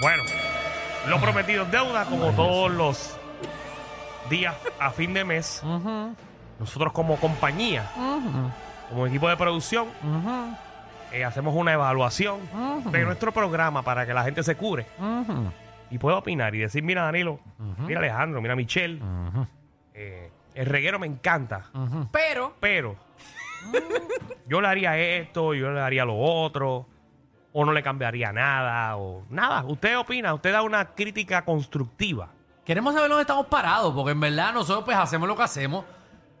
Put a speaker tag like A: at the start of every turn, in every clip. A: Bueno, lo prometido es deuda, como todos los días a fin de mes. Nosotros como compañía, como equipo de producción, eh, hacemos una evaluación de nuestro programa para que la gente se cure y pueda opinar y decir, mira Danilo, mira Alejandro, mira Michelle, eh, el reguero me encanta,
B: Pero,
A: pero yo le haría esto, yo le haría lo otro, o no le cambiaría nada, o nada. Usted opina, usted da una crítica constructiva.
C: Queremos saber dónde estamos parados, porque en verdad nosotros pues hacemos lo que hacemos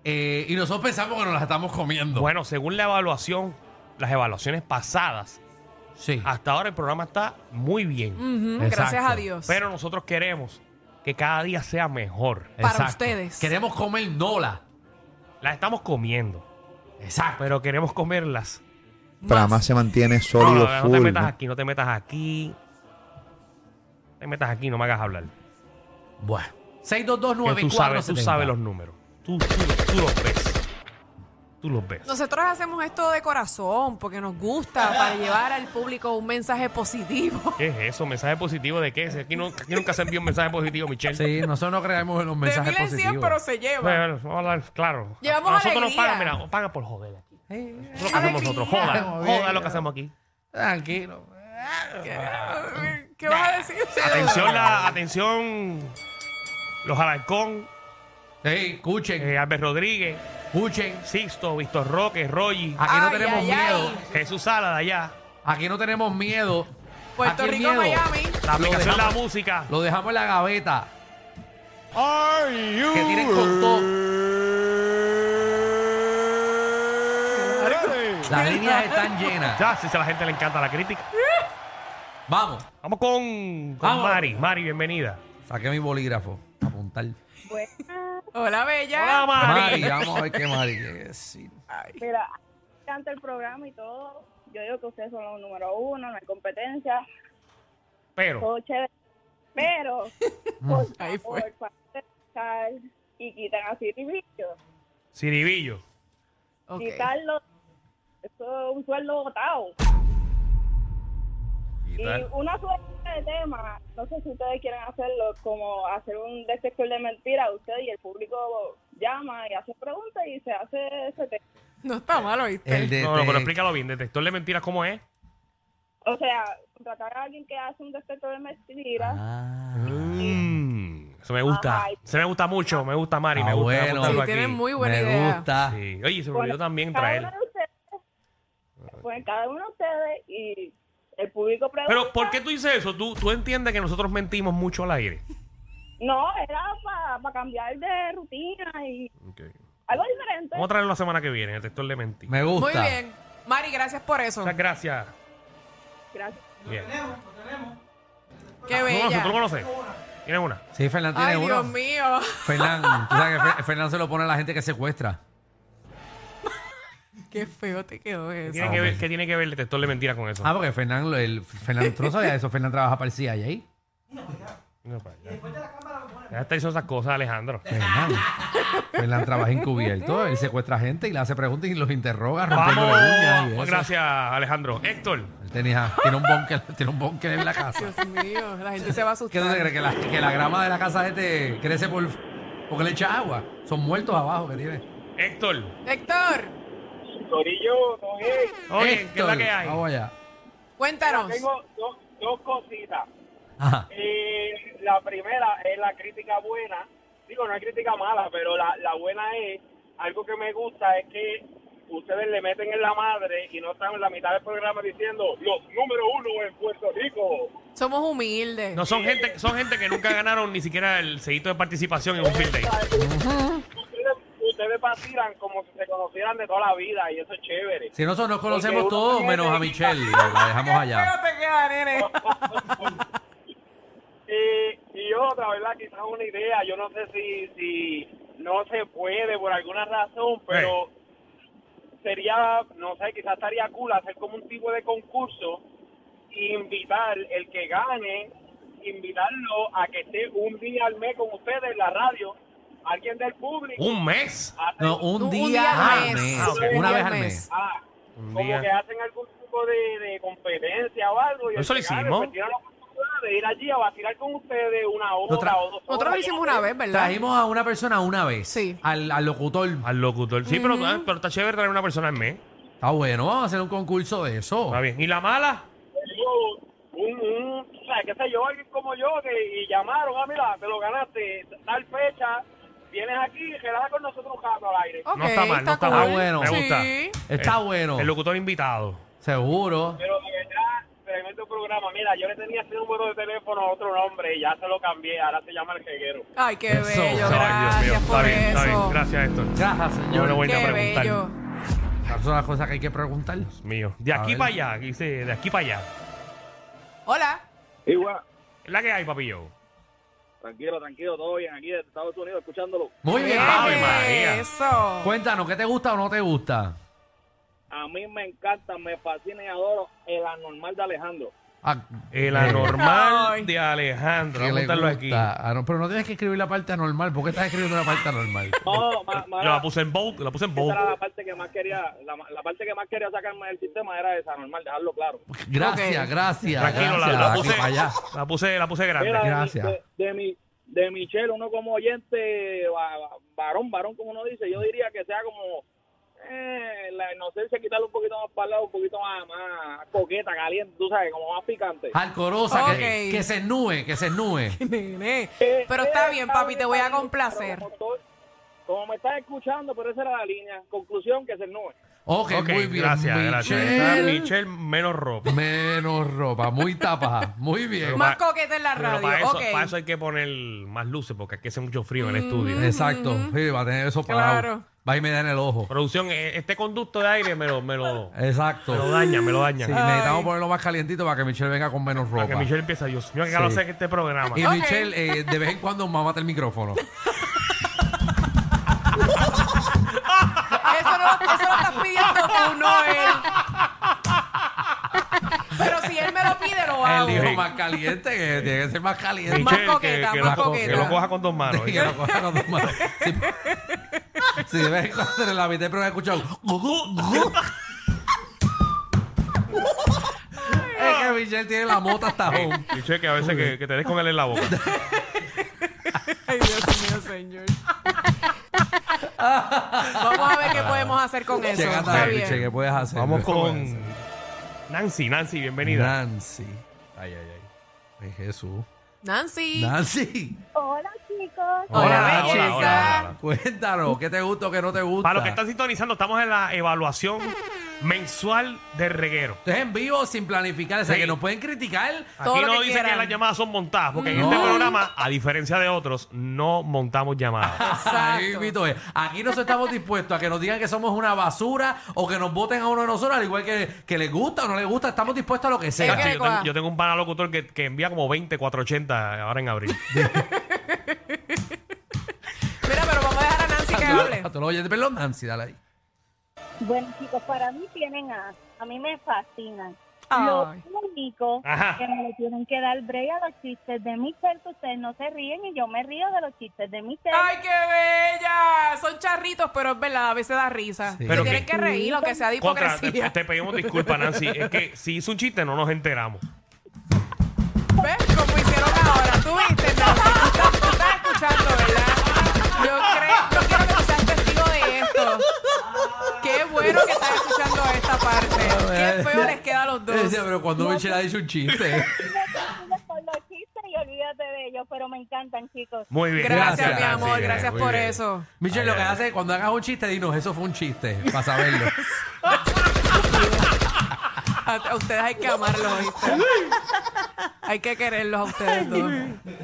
C: eh, y nosotros pensamos que nos las estamos comiendo.
A: Bueno, según la evaluación, las evaluaciones pasadas,
C: sí.
A: hasta ahora el programa está muy bien.
B: ujú,
C: Exacto.
B: gracias a Dios.
A: Pero nosotros queremos que cada día sea mejor.
B: para ustedes.
C: Queremos comer Nola.
A: Las estamos comiendo,
C: Exacto.
A: pero queremos comerlas.
D: Prama se mantiene
A: No,
D: sólido,
A: no, no te
D: full.
A: metas
D: ¿no?
A: aquí, no te metas aquí. No te metas aquí, no me hagas hablar.
C: Bueno.
A: Que tú sabes, tú
C: 6229470.
A: sabes los números. Tú, tú, tú los ves. Tú los ves.
B: Nosotros hacemos esto de corazón porque nos gusta para llevar al público un mensaje positivo.
A: ¿Qué es eso? ¿Mensaje positivo de qué? Si Aquí, no- aquí nunca se envía un mensaje positivo, Michelle.
C: Sí, nosotros no creemos en los
B: De
C: mensajes
B: mil en cien,
C: positivos.
B: pero se lleva.
A: Bueno, vamos a hablar, claro.
B: Llevamos
A: a nosotros nos
B: alegría.
A: pagan, mira, nos pagan por joder aquí.
C: Sí,
A: Eso es lo que hacemos nosotros. Joda,
C: Alegría.
A: joda lo que hacemos aquí.
C: tranquilo.
B: ¿Qué, qué vas a decir?
A: Atención, la, atención, los Alarcón,
C: Sí, escuchen,
A: eh, Albert Rodríguez,
C: escuchen.
A: Sixto, Víctor Roque, Rogi,
C: Aquí no
B: Ay,
C: tenemos
B: ay,
C: miedo.
B: ay.
A: Jesús Sala de allá,
C: Aquí no tenemos miedo.
B: Puerto
C: Aquí el
B: Rico,
C: miedo
B: Miami.
A: la
C: Lo
A: aplicación La
C: dejamos.
A: Música.
C: Lo dejamos en la gaveta. Que tiren con todo. Las líneas están llenas.
A: Ya, si a la gente le encanta la crítica.
C: Vamos.
A: Vamos con, con
C: Vamos.
A: Mari. Mari, bienvenida.
C: Saqué mi bolígrafo. a Apuntar.
E: Pues,
B: Hola,
A: Hola,
B: Bella.
A: Mari.
C: Mari, vamos a ver qué Mari quiere decir.
E: Mira, canta el programa y todo. Yo digo que ustedes son los número uno, no hay competencia,
A: Pero,
E: todo chévere. Pero,
B: Ahí
E: por
B: fue.
E: favor, escuchar y quitan así servicio.
A: Siribillo.
B: Ok.
E: Quitarlo, eso es un sueldo botado. Y una suerte de tema, no sé si ustedes quieren hacerlo, como hacer un detector de mentiras a ustedes y el público llama y hace preguntas y se hace ese tema.
B: No está malo, ¿viste?
C: El de.
A: No, no, pero explícalo bien. Detector de mentiras, ¿cómo es?
E: O sea, contratar a alguien que hace un detector de mentiras.
C: Ah,
A: Mm, eso me gusta.
E: Ay.
A: Se me gusta mucho. Me gusta, Mari. me
C: ah,
A: gusta. me
C: bueno. Ah.
A: gusta algo
B: Sí, tienen
A: aquí.
B: muy buena
C: me
B: idea.
C: gusta.
A: Sí. Oye, se me
E: Bueno,
A: olvidó también
E: cada
A: traer.
E: uno de ustedes, Pues cada uno de ustedes y el público pregunta.
A: Pero, ¿por qué tú dices eso? ¿Tú, tú entiendes que nosotros mentimos mucho al aire.
E: No, era para cambiar de rutina y algo diferente.
A: Vamos a traerlo la semana que viene, el detector de mentiras.
C: Me
B: Muy
C: gusta.
B: bien. Mari, gracias por eso.
A: Muchas gracias.
E: Gracias.
A: Bien.
B: Qué
A: No, no,
B: bella.
A: tú lo conoces. Tienes una.
C: Sí, Fernán tiene
B: Ay,
C: uno.
B: Dios mío.
C: Fernán, tú sabes que Fer- Fernán se lo pone a la gente que secuestra.
B: Qué feo te quedó
A: ¿Qué
B: eso.
A: tiene, que ver, ¿Qué tiene que ver el detector de mentiras con eso?
C: Ah, porque Fernán, lo- el, Fernán, tú no sabías eso. Fernán trabaja para el CIA ahí.
A: No, para allá. Ya está diciendo esas cosas, Alejandro.
C: Fernán. Fernán trabaja encubierto. Él secuestra gente y le hace preguntas y los interroga, rompiendo uñas. y
A: Vamos. Pues
C: eso.
A: Gracias, Alejandro. Héctor.
C: Él tenía, tiene, un búnker, tiene un búnker en la casa.
B: Dios mío, la gente se va a
C: ¿Qué tú te
B: asustar.
C: crees? Que la, que la grama de la casa de este crece por, porque le echa agua. Son muertos abajo que tiene.
A: Héctor.
B: Héctor,
F: Corillo, no eh, es.
A: Oye, ¿qué es
C: Héctor, Ah,
A: la que hay?
C: Vamos allá.
B: cuéntanos.
F: Tengo dos, dos cositas.
C: Ajá.
F: Eh, la primera es la crítica buena. Digo, no es crítica mala, pero la, la buena es, algo que me gusta es que ustedes le meten en la madre y no están en la mitad del programa diciendo los número uno en Puerto Rico.
B: Somos humildes.
A: No, son gente, son gente que nunca ganaron ni siquiera el seguito de participación en un field day.
F: Ustedes, ustedes vacilan como si se conocieran de toda la vida y eso es chévere.
C: Si nosotros nos conocemos
F: Porque uno
C: todos,
F: tiene-
C: menos a Michelle, la la dejamos allá.
B: Feo te queda, nene.
F: Eh, y otra, ¿verdad? Quizás una idea, yo no sé si, si no se puede por alguna razón, pero sería, no sé, quizás estaría cool hacer como un tipo de concurso e invitar el que gane, invitarlo a que esté un día al mes con ustedes en la radio, alguien del público.
A: ¿Un mes?
F: hace-
C: No, un,
B: Un- un
C: día,
B: día
A: al
C: al
A: mes.
C: mes.
A: Ah, ok.
C: Una
B: Un
C: vez
B: día
C: al
B: al
C: mes.
B: mes.
F: ah,
A: Un
F: como
A: día.
F: que hacen algún tipo de, de competencia o algo. y el
A: Eso lo
F: que gane,
A: hicimos.
F: pues, tiene la oportunidad de ir allí a vacilar con ustedes una hora
C: Otra-
F: o dos horas.
B: Nosotros lo hicimos una vez, ¿verdad?
C: Trajimos a una persona una vez.
B: Sí.
C: Al, al locutor.
A: Al locutor. Sí, pero, ah, pero está chévere traer una persona al mes.
C: Está bueno, vamos a hacer un concurso de eso.
A: Está bien. ¿Y la mala?
F: Yo, un, un, o sea, qué sé yo, alguien como yo, que y llamaron, ah, mira, te lo ganaste, tal fecha, vienes aquí, relaja con nosotros un rato al aire.
B: Ok,
A: no está mal, no está
B: cool.
A: mal.
C: Ah, bueno.
A: Me gusta.
B: Sí.
C: Está
A: El-
C: bueno.
A: El locutor invitado.
C: Seguro.
F: Pero de verdad, tremendo programa. Mira, yo le tenía ese número de teléfono a otro nombre y ya se lo cambié, ahora se llama El Jeguero.
B: Ay, qué
C: Eso. Ay,
B: bello.
C: Dios mío,
A: Ay, Dios mío.
B: Gracias
A: Está
B: por
A: bien,
B: eso.
A: está bien. Gracias, Héctor.
C: Gracias,
A: No
C: señor.
A: le voy a
B: Qué
A: preguntar.
B: bello.
C: Esas son las cosas que hay que preguntar.
A: Mío. De
C: A
A: aquí
C: ver.
A: para allá, dice, de aquí para allá.
B: Hola.
F: Igual,
A: Es la que hay, papillo.
F: tranquilo, tranquilo, todo bien aquí desde Estados Unidos, escuchándolo.
C: Muy bien.
A: Ave María.
B: Eso.
C: Cuéntanos, ¿qué te gusta o no te gusta?
F: A mí me encanta, me fascina y adoro el anormal de Alejandro.
C: Ah,
A: El
B: Ay.
A: anormal de Alejandro.
C: ¿qué
A: Vamos a
C: le
A: botarlo aquí.
C: gusta? Ah, no, pero no tienes que escribir la parte anormal. ¿Por qué estás escribiendo la parte anormal?
F: No, ma- ma-
A: La puse en bold, la puse en
F: esa
A: bold.
F: era la parte que más quería, la, la parte que más quería sacarme del sistema era esa, normal, dejarlo claro.
C: Gracias,
B: Ok.
C: gracias.
A: Tranquilo, la,
C: gracias,
A: la
C: aquí
A: puse,
C: para allá.
A: la puse, la puse grande.
F: Mira, de mi-
C: gracias.
F: De, de mi, de Michelle, uno como oyente, va- va- varón, varón, como uno dice, yo diría que sea como eh, la inocencia, quitarle un poquito más para el lado, un poquito más, más coqueta, caliente, tú sabes, como más picante.
C: Alcorosa, que,
B: Ok.
C: que se nube, que se nube.
B: Nene.
F: Eh,
B: Pero está
F: eh,
B: bien, papi, te voy a
F: bien,
B: complacer.
F: pero Como, estoy- como me estás escuchando, pero esa era la línea. Conclusión, que se no
C: Ok,
A: Ok,
C: muy bien.
A: gracias, gracias. Está
C: Michelle.
A: Michelle menos ropa.
C: Menos ropa, muy tapa. Muy bien.
B: Más coqueta en la
A: Pero para
B: radio.
A: eso,
B: Ok.
A: para eso hay que poner más luces porque aquí hace mucho frío en el estudio.
C: Exacto. Sí, va a tener eso parado.
B: Claro.
C: Va y me da en el ojo.
A: Producción, eh, este conducto de aire me lo, me lo,
C: Exacto.
A: me lo daña, me lo daña.
C: Sí, necesitamos ponerlo más calientito para que Michelle venga con menos ropa.
A: Para que Michelle empiece, Dios mío, que
C: Sí.
A: lo sé que este programa.
C: Y
B: Ok.
C: Michelle, eh, de vez en cuando mamate el micrófono.
B: Eso no, eso lo estás pidiendo tú, no él. Pero si él me lo pide, lo
C: Él
B: hago.
C: dijo
A: Sí.
C: más caliente, que tiene que ser más caliente.
A: Michelle, que-
B: coqueta,
A: que,
B: más
A: lo,
B: coqueta.
A: que lo coja con dos manos.
C: Sí, que lo coja con dos manos. Sí. pues, Sí, de vez en cuando en la mitad del programa he escuchado. "Gu, gu, gu". es que Michelle tiene la mota hasta home.
A: Michelle, que a veces que, que te des con él en la boca.
B: Ay, Dios mío, señor. Vamos a ver qué podemos hacer con eso.
C: Checa
B: Está
C: también,
B: bien.
C: Michelle, ¿qué puedes hacer?
A: Vamos
C: ¿Qué puedes
A: con
C: hacer?
A: Nancy, Nancy, bienvenida.
C: Nancy. Ay, ay, ay. Ay, Jesús.
B: Nancy.
C: Nancy.
E: Hola, chicos.
B: Hola,
A: Hola,
B: belleza.
A: hola, hola, hola.
C: Cuéntanos, ¿qué te gusta o qué no te gusta?
A: Para los que están sintonizando, estamos en la evaluación mensual de reguero.
C: Esto es en vivo, sin planificar. O sea,
A: Sí.
C: que nos pueden criticar.
A: Aquí
B: Todo lo
A: no
B: que
A: dice que
B: quieran.
A: las llamadas son montadas, porque en
C: No.
A: este programa, a diferencia de otros, no montamos llamadas.
B: Exacto.
C: Ahí mismito es. Aquí nosotros estamos dispuestos a que nos digan que somos una basura o que nos voten a uno de nosotros, al igual que, que les gusta o no les gusta. Estamos dispuestos a lo que sea.
B: Ok.
A: Chacho, yo,
B: coja.
A: tengo, yo tengo un pana locutor que, que envía como 20, 480 ahora en abril.
B: Mira, pero vamos a dejar a Nancy que hable.
C: A todos los oyentes, perdón, Nancy, dale ahí.
E: Bueno, chicos, para mí tienen a. A mí me fascinan.
B: Ay.
E: Lo único
A: Ajá.
E: que me le tienen que dar break a los chistes de Michelle, que ustedes no se ríen y yo me río de los chistes de Michelle.
B: ¡Ay, qué bella! Son charritos, pero es verdad, a veces da risa.
C: Sí.
B: Se
A: Pero
B: tienen
A: que-
B: que reír, aunque sea de
A: Contra,
B: hipocresía.
A: te, te pedimos disculpas, Nancy. Es que si hizo un chiste, no nos enteramos.
B: ¿Ves? Como hicieron ahora. Tú viste, Nancy. Tú estás, tú estás escuchando, ¿verdad? Yo, creo, yo quiero que tú seas testigo de esto. Qué bueno que estás escuchando esta parte. Qué feo les queda a los dos.
C: Decía, Eh, pero cuando Michelle ha dicho un chiste.
E: Por los chistes y olvídate de ellos, pero me encantan, chicos.
A: Muy bien.
B: Gracias,
C: Gracias,
B: mi amor.
A: Nancy.
B: gracias
A: Muy
B: por
A: bien.
B: eso.
C: Michelle, lo
A: Ay,
C: que
A: ay,
C: hace es que cuando hagas un chiste, dinos, eso fue un chiste, para saberlo.
B: A, a ustedes hay que amarlos, ¿viste? Hay que quererlos a ustedes dos.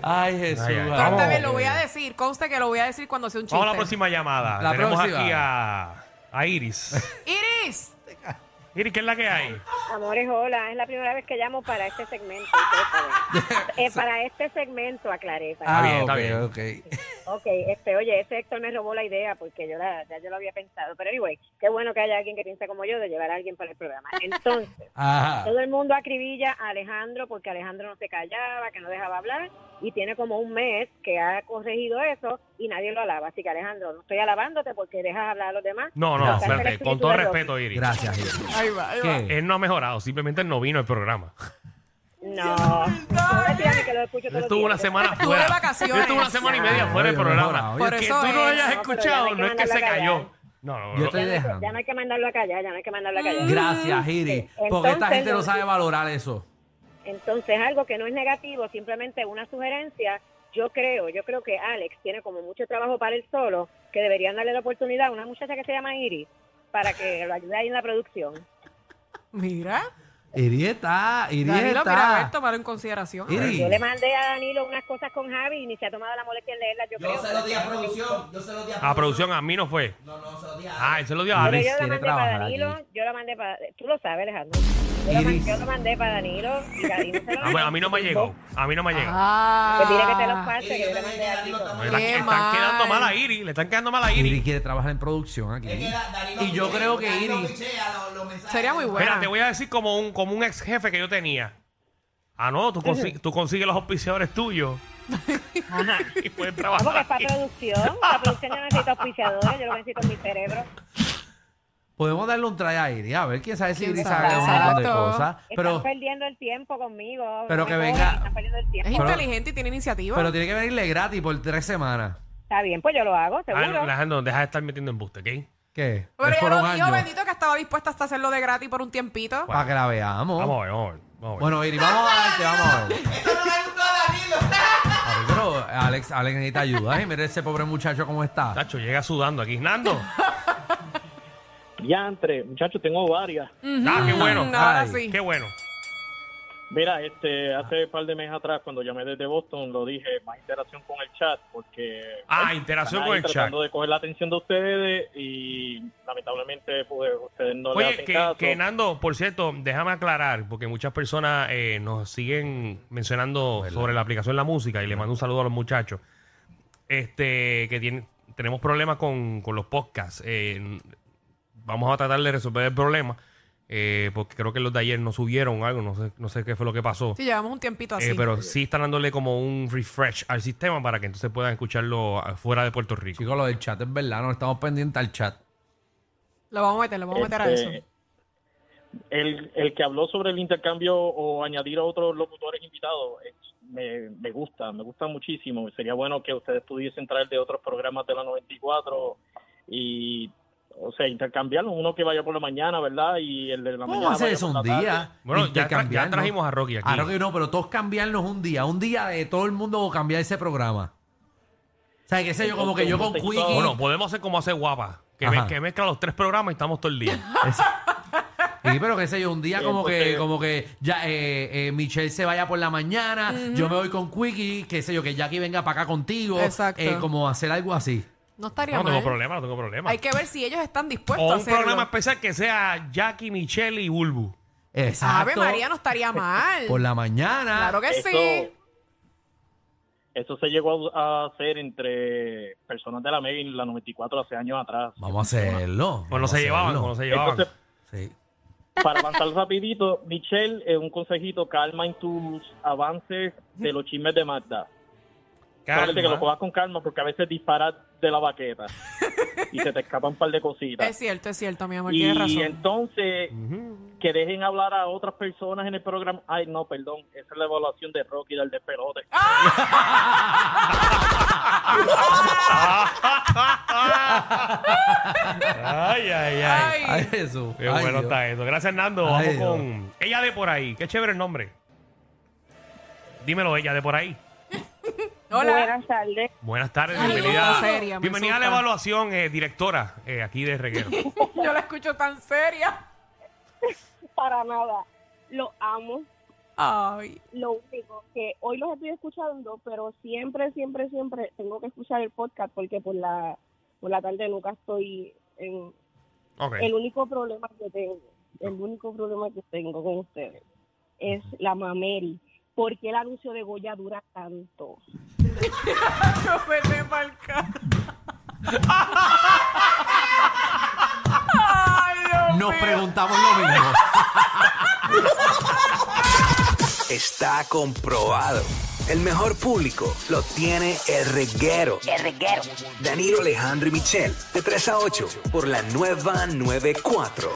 C: Ay, Jesús.
A: Ay, ay.
B: Pero
A: Vamos.
B: está bien, lo voy a decir. Consta que lo voy a decir cuando sea un chiste.
A: Vamos a la próxima llamada.
C: La
A: Tenemos
C: próxima.
A: aquí a, a Iris.
B: ¡Iris!
A: Iris, ¿qué es la que hay?
G: Amores, hola, es la primera vez que llamo para este segmento. Eh, para este segmento, aclaré. para-
C: Ah,
A: Está bien,
C: ok,
A: está
C: ok.
G: Ok, este, oye, ese Héctor me robó la idea porque yo la, ya yo lo había pensado. Pero anyway, qué bueno que haya alguien que piensa como yo de llevar a alguien para el programa. Entonces,
C: Ajá.
G: todo el mundo acribilla a Alejandro porque Alejandro no se callaba, que no dejaba hablar y tiene como un mes que ha corregido eso y nadie lo alaba. Así que Alejandro, no estoy alabándote porque dejas hablar a los demás.
A: No, no,
G: Pero estás en el
A: espérate. Con
G: espíritu
A: todo
G: de Rocky.
A: respeto, Iris.
C: Gracias, Iris.
B: Ahí va, ahí va.
C: ¿Qué?
A: Él no ha mejorado, simplemente él no vino al programa.
G: No. No me digas que lo escucho
A: Yo
G: todos
A: estuve
G: los
A: una
G: días.
A: semana
B: Estuve
A: fuera.
B: de vacaciones.
A: Yo estuve una semana y media fuera del
C: Oye,
A: programa.
C: oye,
B: Por
A: que
B: eso
A: tú no
B: es.
A: hayas
G: No, pero
A: escuchado
G: ya me
A: no es que
G: quedan
A: se
G: la cara.
A: cayó. No, no,
C: Yo
A: no.
C: estoy dejando.
G: Ya no hay que mandarlo a callar, ya no hay que mandarlo a callar.
C: Gracias, Giri.
G: Sí,
C: Porque esta
G: entonces,
C: gente no
G: lo-
C: sabe valorar eso.
G: Entonces, algo que no es negativo, simplemente una sugerencia. Yo creo, yo creo que Alex tiene como mucho trabajo para él solo, que deberían darle la oportunidad a una muchacha que se llama Iris para que lo ayude ahí en la producción.
B: Mira,
C: Iri está, Iri
B: Danilo, mira, a ver,
C: está.
B: tomar en consideración.
C: Iri.
G: Yo le mandé a Danilo unas cosas con Javi y ni se ha tomado la molestia en leerlas. Yo, creo que-
H: Yo se lo di
A: A producción a mí no fue.
H: No, no, se lo di
A: Ah, él se lo dio a
G: Pero
A: Alex.
G: yo la
C: quiere
G: mandé para
C: trabajar
G: Danilo,
C: allí.
G: yo la mandé para... Tú lo sabes, Alejandro. Yo, la
C: Iris. Ah,
G: mandé, yo lo mandé para Danilo y Danilo se lo
A: Ah, A, mí- a mí no me llegó. A mí no me llegó.
B: Ah,
G: Pues dile que te los pase, que yo le mandé a Tito.
A: Le están,
B: qué
A: están
B: mal.
A: quedando mal a Iri. Le están quedando mal a
C: Iri
A: Iri.
C: quiere trabajar en producción aquí. Y yo creo que Iri.
B: sería muy buena.
A: Mira, te voy a decir como un, como un ex jefe que yo tenía. Ah, no, tú, consi- tú consigues los auspiciadores tuyos
G: Ajá.
A: y puedes
G: Ah, porque es
A: trabajar.
G: para producción. Para producción yo no necesito auspiciadores, yo lo que necesito es mi cerebro.
C: Podemos darle un try a Iri. A ver quién sabe si
B: ¿Quién
C: Iri
B: sabe?
C: sabe un montón de
B: Exacto.
C: cosas. Pero,
G: están perdiendo el tiempo conmigo.
C: pero
G: No
C: que
G: me
C: venga-
G: cobran, Están perdiendo el
B: Es
G: tiempo.
C: Pero-
B: inteligente y tiene iniciativa.
C: pero tiene que venirle gratis por tres semanas.
G: Está bien, pues yo lo hago,
A: Ah, no,
G: seguro.
A: Alejandro, deja de estar metiendo embuste, ¿ok?
C: ¿Qué?
B: Pero
C: Es
B: ella
C: por un
B: lo dijo,
C: año. Pues,
B: bendito, que estaba dispuesta hasta hacerlo de gratis por un tiempito.
C: Para que la veamos.
A: Vamos a ver, vamos a ver. Vamos a ver.
C: Bueno, Iri, vamos a verte, vamos a ver. A ver, pero Alex, Alex necesita ayuda. Y mira ese pobre muchacho cómo está.
A: Tacho, llega sudando aquí. Nando.
F: Ya entre, muchachos, tengo varias.
A: Ah, qué bueno.
B: Mm, ahora
C: Ay,
B: sí.
A: Qué bueno.
F: Mira, este, hace un par de meses atrás, cuando llamé desde Boston, lo dije, más interacción con el chat, porque...
A: Ah,
F: bueno,
A: interacción
F: están
A: con
F: ahí
A: el chat.
F: tratando de coger la atención de ustedes y lamentablemente pues, ustedes no le
A: Oye,
F: hacen
A: que,
F: caso.
A: que Nando, por cierto, déjame aclarar, porque muchas personas eh, nos siguen mencionando sobre la aplicación La Música y le mando un saludo a los muchachos. Este, que tienen, tenemos problemas con, con los podcasts. eh, vamos a tratar de resolver el problema, eh, porque creo que los de ayer no subieron algo, no sé, no sé qué fue lo que pasó.
B: Sí, llevamos un tiempito así.
A: Eh, pero sí están dándole como un refresh al sistema para que entonces puedan escucharlo fuera de Puerto Rico.
C: Chicos, lo del chat es verdad, no estamos pendientes al chat.
B: Lo vamos a meter, lo vamos a meter a
F: Este,
B: eso.
F: El, el que habló sobre el intercambio o añadir a otros locutores invitados, eh, me, me gusta, me gusta muchísimo. Sería bueno que ustedes pudiesen traer de otros programas de la 94 y, o sea, intercambiarlo. Uno que vaya por la mañana, ¿verdad? Y el de la mañana.
C: ¿Cómo hacer
F: vaya
C: eso
F: por
C: un
F: la tarde.
C: día?
A: Bueno, ya, tra- ya
C: Intercambiarnos.
A: trajimos a Rocky aquí.
C: Ah, Rocky no, pero todos cambiarnos un día. Un día de todo el mundo cambiar ese programa. O sea, qué sé yo, como que yo con Quickie.
A: Bueno, podemos hacer como hace guapa, que, me-
C: Ajá.
A: que mezcla los tres programas y estamos todo el día.
C: Sí, pero qué sé yo, un día como que,
F: Entonces-
C: como que ya eh, eh, Michelle se vaya por la mañana, yo me voy con Quickie, qué sé yo, que Jackie venga para acá contigo.
B: Exacto.
C: eh, como hacer algo así.
B: No estaría
A: No tengo
B: mal.
A: problema, no tengo problema.
B: Hay que ver si ellos están dispuestos
A: O
B: a
A: un
B: hacerlo.
A: programa especial que sea Jackie, Michelle y Bulbu.
C: Exacto.
B: Ave María no estaría mal.
C: Por la mañana.
B: Claro que sí.
F: Eso- Eso se llegó a a hacer entre personas de la MEG y la 94 hace años atrás.
C: Vamos a hacerlo.
A: Cuando
C: vamos a
A: Pues se llevaban,
C: hacerlo.
A: cuando se llevaban.
F: Entonces,
C: Sí.
F: para avanzar rapidito, Michelle, eh, un consejito, calma en tus avances de los chismes de Magda. Solamente que lo
A: Calma.
F: cojas con calma porque a veces disparas de la baqueta y se te escapan un par de
B: Es
F: cositas.
B: cierto, es cierto, mi Pues, amor,
F: Y
B: tienes razón.
F: entonces,
A: Ujú.
F: que dejen hablar a otras personas en el programa. Ay, no, perdón, esa es la evaluación de Rocky del de pelote.
A: Ay, ay, ay.
B: Ay,
C: Ay, Jesús.
A: Qué
C: Ay,
A: bueno
C: Dios.
A: está eso. Gracias, Nando. Vamos
C: Ay, Dios.
A: con Ella de por ahí. Qué chévere el nombre. Dímelo, Ella de por ahí.
B: hola.
G: Buenas tardes.
A: Buenas tardes,
B: Ay,
A: bienvenida.
B: no, seria, me
A: bienvenida a la
B: asusta.
A: evaluación, eh, directora, eh, aquí de Reguero.
B: Yo la escucho tan seria.
E: Para nada. Lo amo.
B: Ay,
E: Lo único que hoy los estoy escuchando, pero siempre, siempre, siempre tengo que escuchar el podcast porque por la, por la tarde nunca estoy en...
A: Ok.
E: El único problema que tengo, el único problema que tengo con ustedes es la mameri. ¿Por qué el anuncio de Goya dura tanto?
B: no me te marca. Ay, Dios
C: Nos
B: mío.
C: preguntamos lo mismo.
H: Está comprobado. El mejor público lo tiene el reguero. El reguero. Danilo Alejandro y Michel, de 3 a 8, por la nueva 94.